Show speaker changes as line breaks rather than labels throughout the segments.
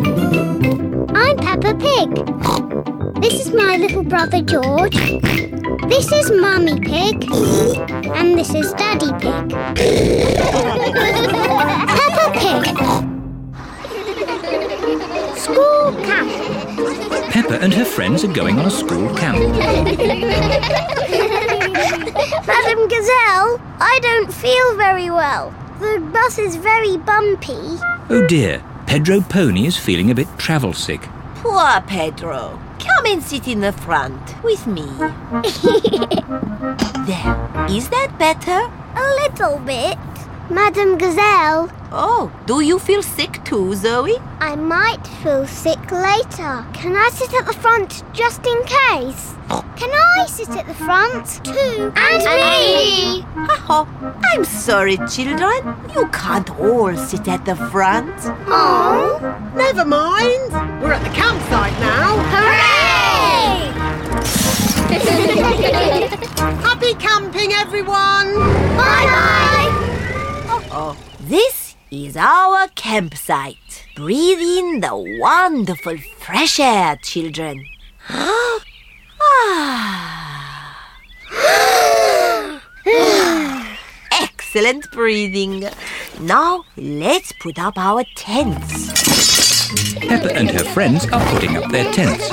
I'm Peppa Pig. This is my little brother George. This is Mummy Pig. And this is Daddy Pig. Peppa Pig. School camp.
Peppa and her friends are going on a school camp.
Madam Gazelle, I don't feel very well. The bus is very bumpy.
Oh dear, Pedro Pony is feeling a bit travel sick.
Poor Pedro. Come and sit in the front with me. there. Is that better?
A little bit. Madam Gazelle,
Oh, do you feel sick too, Zoe?
I might feel sick later. Can I sit at the front just in case? Can I sit at the front too? And, me!
Haha. I'm sorry, children. You can't all sit at the front.
Oh!
Never mind. We're at the campsite now.
Hooray!
Happy camping, everyone.
Bye
Oh, this is our campsite. Breathe in the wonderful fresh air, children. Ah. Excellent breathing. Now let's put up our tents.
Peppa and her friends are putting up their tents.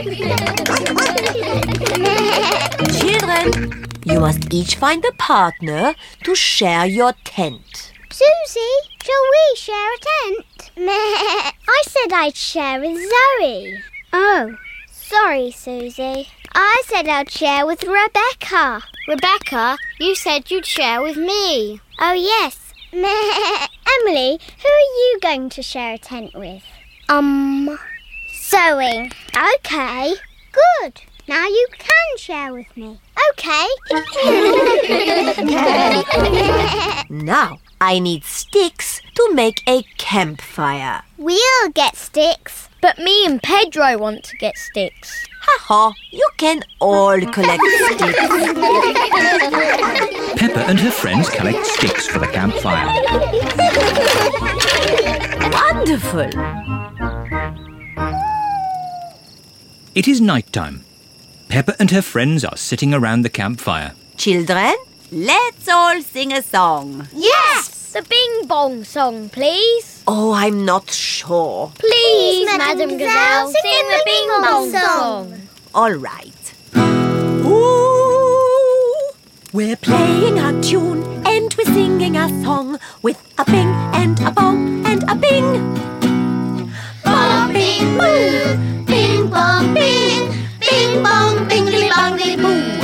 Children, you must each find a partner to share your tent.
Susie, shall we share a tent? I said I'd share with Zoe. Oh, sorry, Susie. I said I'd share with Rebecca. Rebecca, you said you'd share with me. Oh, yes. Emily, who are you going to share a tent with? Um, Zoe. Okay. Good. Now you can share with me. Okay.
Now I need sticks to make a campfire.
We'll get sticks. But me and Pedro want to get sticks.
Ha ha, you can all collect sticks.
Peppa and her friends collect sticks for the campfire.
Wonderful.
It is night time. Peppa and her friends are sitting around the campfire.
Children, let's all sing a song.
Yes! The bing bong song, please.
Oh, I'm not sure.
Please, Madam Gazelle, sing, the bing bong song.
All right. Ooh, we're playing a tune and we're singing a song with a bing and a bong and a bing.
Bopping boo, bing bong bing, bing bong bingly bongly boo.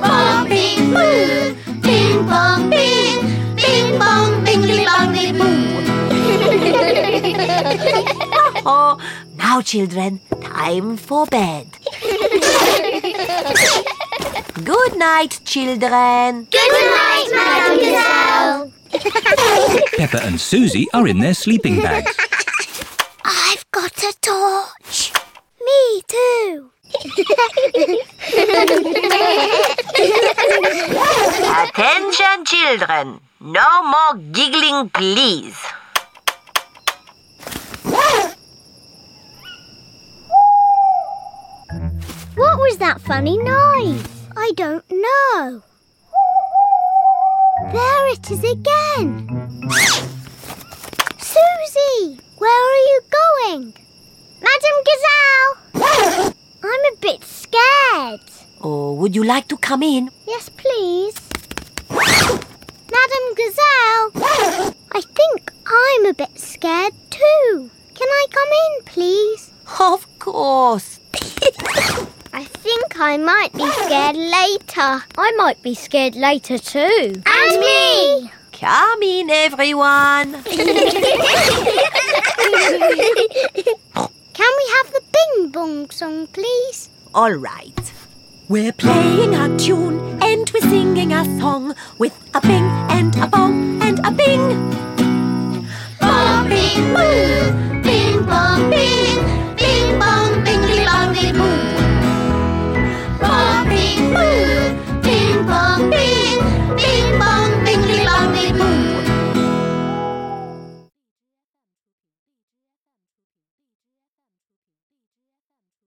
Bopping boo, bing bong bing, bing bong bingly bongly boo.
Oh, now, children, time for bed. Good night, children.
Good night, Madam Gazelle.
Peppa and Susie are in their sleeping bags.
I've got a torch. Me too.
Attention, children. No more giggling, please.
What was that funny noise? I don't know. There it is again. Susie, where are you going? Madam Gazelle! I'm a bit scared.
Oh, would you like to come in?
Yes, please. Madam Gazelle! I think I'm a bit scared too. Can I come in, please?
Of course.
I think I might be scared later. I might be scared later too. And me!
Come in, everyone.
Can we have the bing bong song, please?
All right. We're playing a tune and we're singing a song with a bing and a bong and a bing.
Bopping boo,